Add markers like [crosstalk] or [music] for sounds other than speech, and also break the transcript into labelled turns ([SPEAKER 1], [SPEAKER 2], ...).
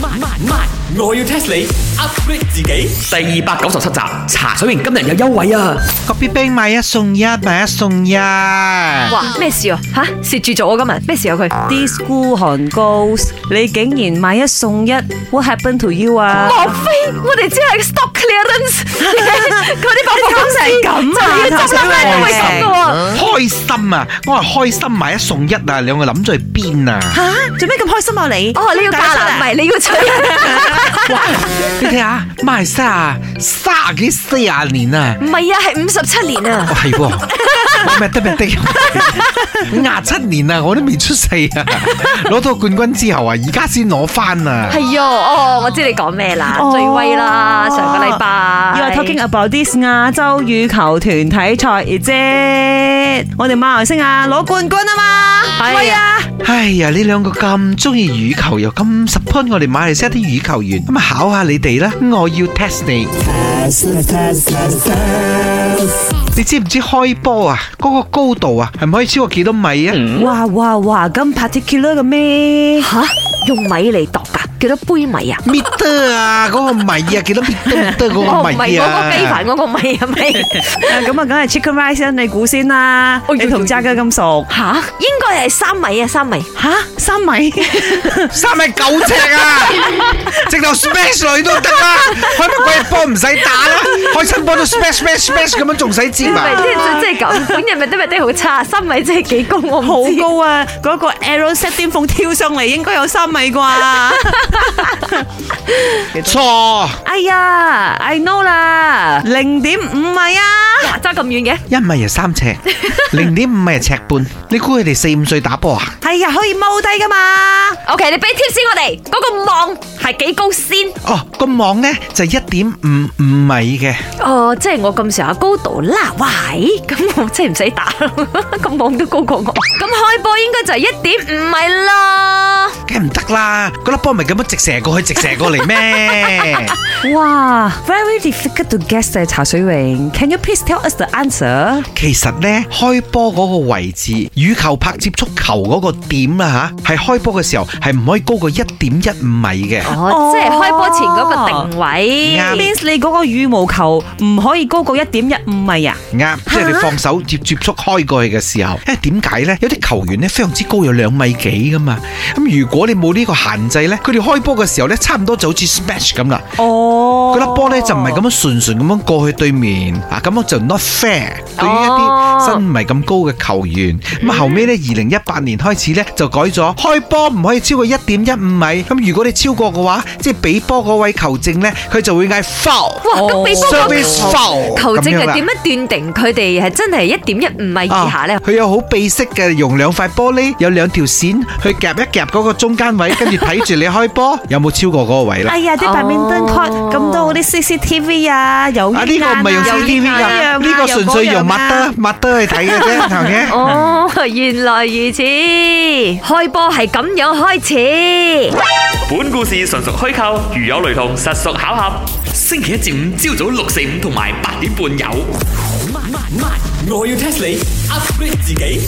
[SPEAKER 1] 慢慢慢，我要 test 你 upgrade 自己。第二百九十七集，茶水榮今日有優惠啊！
[SPEAKER 2] 個 B 冰買一送一，買一送一。
[SPEAKER 3] 哇！咩事啊？吓，蝕住咗我今日咩事啊？佢
[SPEAKER 4] This school on goes，你竟然買一送一，What happened to you 啊？
[SPEAKER 3] 莫非我哋只係 stock clearance？佢啲百貨公司
[SPEAKER 4] 你搞成咁
[SPEAKER 3] 就
[SPEAKER 4] 啊
[SPEAKER 3] 要執笠咧，
[SPEAKER 2] 頭
[SPEAKER 3] 都會
[SPEAKER 2] 先
[SPEAKER 3] 咁噶喎。
[SPEAKER 2] 開心啊！我話開心買一送一啊！兩個諗咗去邊啊？
[SPEAKER 4] 吓，做咩咁開心啊你？
[SPEAKER 3] 哦，你要嫁男唔係你要娶。
[SPEAKER 2] 哇！你睇下馬來西亞卅幾四廿年啊！
[SPEAKER 3] [laughs] 唔係啊，係五十七年啊
[SPEAKER 2] 哦，！係喎，咩得咩得，廿七年啊，我都未出世啊！攞到冠軍之後啊，而家先攞翻啊！
[SPEAKER 3] 係啊，哦，我知你講咩啦，最威啦，上個禮拜。
[SPEAKER 4] You are talking about this 亞洲羽球團體賽，is it？我哋馬來西亞攞冠軍啊嘛，
[SPEAKER 3] 係啊
[SPEAKER 4] 威啊！
[SPEAKER 2] 哎呀，你兩個咁中意羽球又咁 support 我哋馬來西亞啲羽球員，咁啊考下你哋啦！我要 test 你。你知唔知開波啊？嗰、個高度啊，係唔可以超過幾多米啊？
[SPEAKER 3] 嗯
[SPEAKER 4] 哇哇哇，咁 particular 嘅咩？
[SPEAKER 3] 吓，用米嚟度㗎，幾多杯米啊？
[SPEAKER 2] meter 啊，嗰、個米啊，幾多 meter 嗰個
[SPEAKER 3] 哦，唔
[SPEAKER 2] 米
[SPEAKER 3] 係嗰個雞
[SPEAKER 2] 啊
[SPEAKER 3] 飯？嗰個米啊咪？
[SPEAKER 4] 啊咁啊，梗係 chicken rice 啦，你估先啦，
[SPEAKER 3] 哎
[SPEAKER 4] 你
[SPEAKER 3] 呦
[SPEAKER 4] 同渣哥咁熟，
[SPEAKER 3] 吓，應該係三米啊，三米。
[SPEAKER 4] 吓三米，
[SPEAKER 2] 三米九尺
[SPEAKER 3] [laughs]
[SPEAKER 2] 啊，直頭 smash 落去都得啦，開乜鬼波唔使打啦，開親波都 smash smash smash 咁樣仲使接
[SPEAKER 3] 唔
[SPEAKER 2] 啊
[SPEAKER 3] 係？即係即係咁，本人咪得咪得 [laughs] 好差，三米即係幾高我
[SPEAKER 4] [laughs] 好
[SPEAKER 3] 唔知。
[SPEAKER 4] 高啊！嗰個 arrow set 巔峰跳上嚟應該有三米啩？
[SPEAKER 2] 錯，
[SPEAKER 3] 哎呀，I know 啦，
[SPEAKER 4] 零點五米啊！
[SPEAKER 3] 哇揸咁遠嘅，
[SPEAKER 2] 一米係三尺，零點五米係尺半，你估佢哋四五歲打波啊？
[SPEAKER 4] 係啊，可以踎低噶嘛？
[SPEAKER 3] OK，你俾 tips 先我哋嗰個網係幾高先？
[SPEAKER 2] 哦，個網呢就一點五五米嘅，
[SPEAKER 3] 哦，即係我咁上下高度啦，喂，咁我真係唔使打 [laughs] 咯，個網都高過我。咁開波應該就係一點五米啦。
[SPEAKER 2] 梗係唔得啦，嗰粒波咪咁樣直射過去，直射過嚟咩？
[SPEAKER 4] 哇，very difficult to guess 嘅茶水榮，Can you please tell us the answer？
[SPEAKER 2] 其實呢，開波嗰個位置，羽球拍接觸球嗰個點啦吓，係開波嘅時候係唔可以高過一點一五米嘅。
[SPEAKER 3] 哦，即係開波前嗰個定
[SPEAKER 2] 啱
[SPEAKER 3] 位。
[SPEAKER 4] means 你嗰個羽毛球唔可以高過一點一五米啊？
[SPEAKER 2] 啱，即係你放手接接觸開過去嘅時候， [laughs] 因為點解呢？有啲球員呢非常之高，有兩米幾噶嘛。咁如果你冇呢個限制呢，佢哋開波嘅時候呢，差唔多就好似 smash 咁啦。
[SPEAKER 4] 哦
[SPEAKER 2] 嗰粒波呢就唔係咁樣順順咁樣過去對面啊，咁我就 not fair。對於一
[SPEAKER 3] 哦
[SPEAKER 2] 啲身唔係咁高嘅球員，咁後尾呢，
[SPEAKER 4] 嗯
[SPEAKER 2] 二零一八年開始呢，就改咗開波唔可以超過一點一五米。咁如果你超過嘅話，即係俾波嗰位球證呢，佢就會嗌 foul。
[SPEAKER 3] 哇，咁俾波個
[SPEAKER 2] service foul
[SPEAKER 3] 球證
[SPEAKER 2] 咁樣啦
[SPEAKER 3] 係點樣斷定佢哋係真係一點一五米以下咧
[SPEAKER 2] 啊？佢有好秘式嘅，用兩塊玻璃有兩條線去夾一夾嗰個中間位，跟住睇住你開波 [laughs] 有冇超過嗰個位啦
[SPEAKER 4] 哎。呀，啲
[SPEAKER 3] 哦
[SPEAKER 4] badminton court 咁多嗰啲 CCTV 啊，有
[SPEAKER 3] 哎
[SPEAKER 2] 啊！呢個唔係用 CCTV 㗎，
[SPEAKER 3] 啊
[SPEAKER 2] 呢個純粹用麥得麥得去睇嘅
[SPEAKER 3] [laughs]
[SPEAKER 2] 啫，頭嘅。
[SPEAKER 3] 哦，原來如此，開波係咁樣開始。
[SPEAKER 1] 本故事純屬虛構，如有雷同，實屬巧合。星期一至五朝早六四五同埋八點半有。慢慢慢，我要 test 你 upgrade 自己。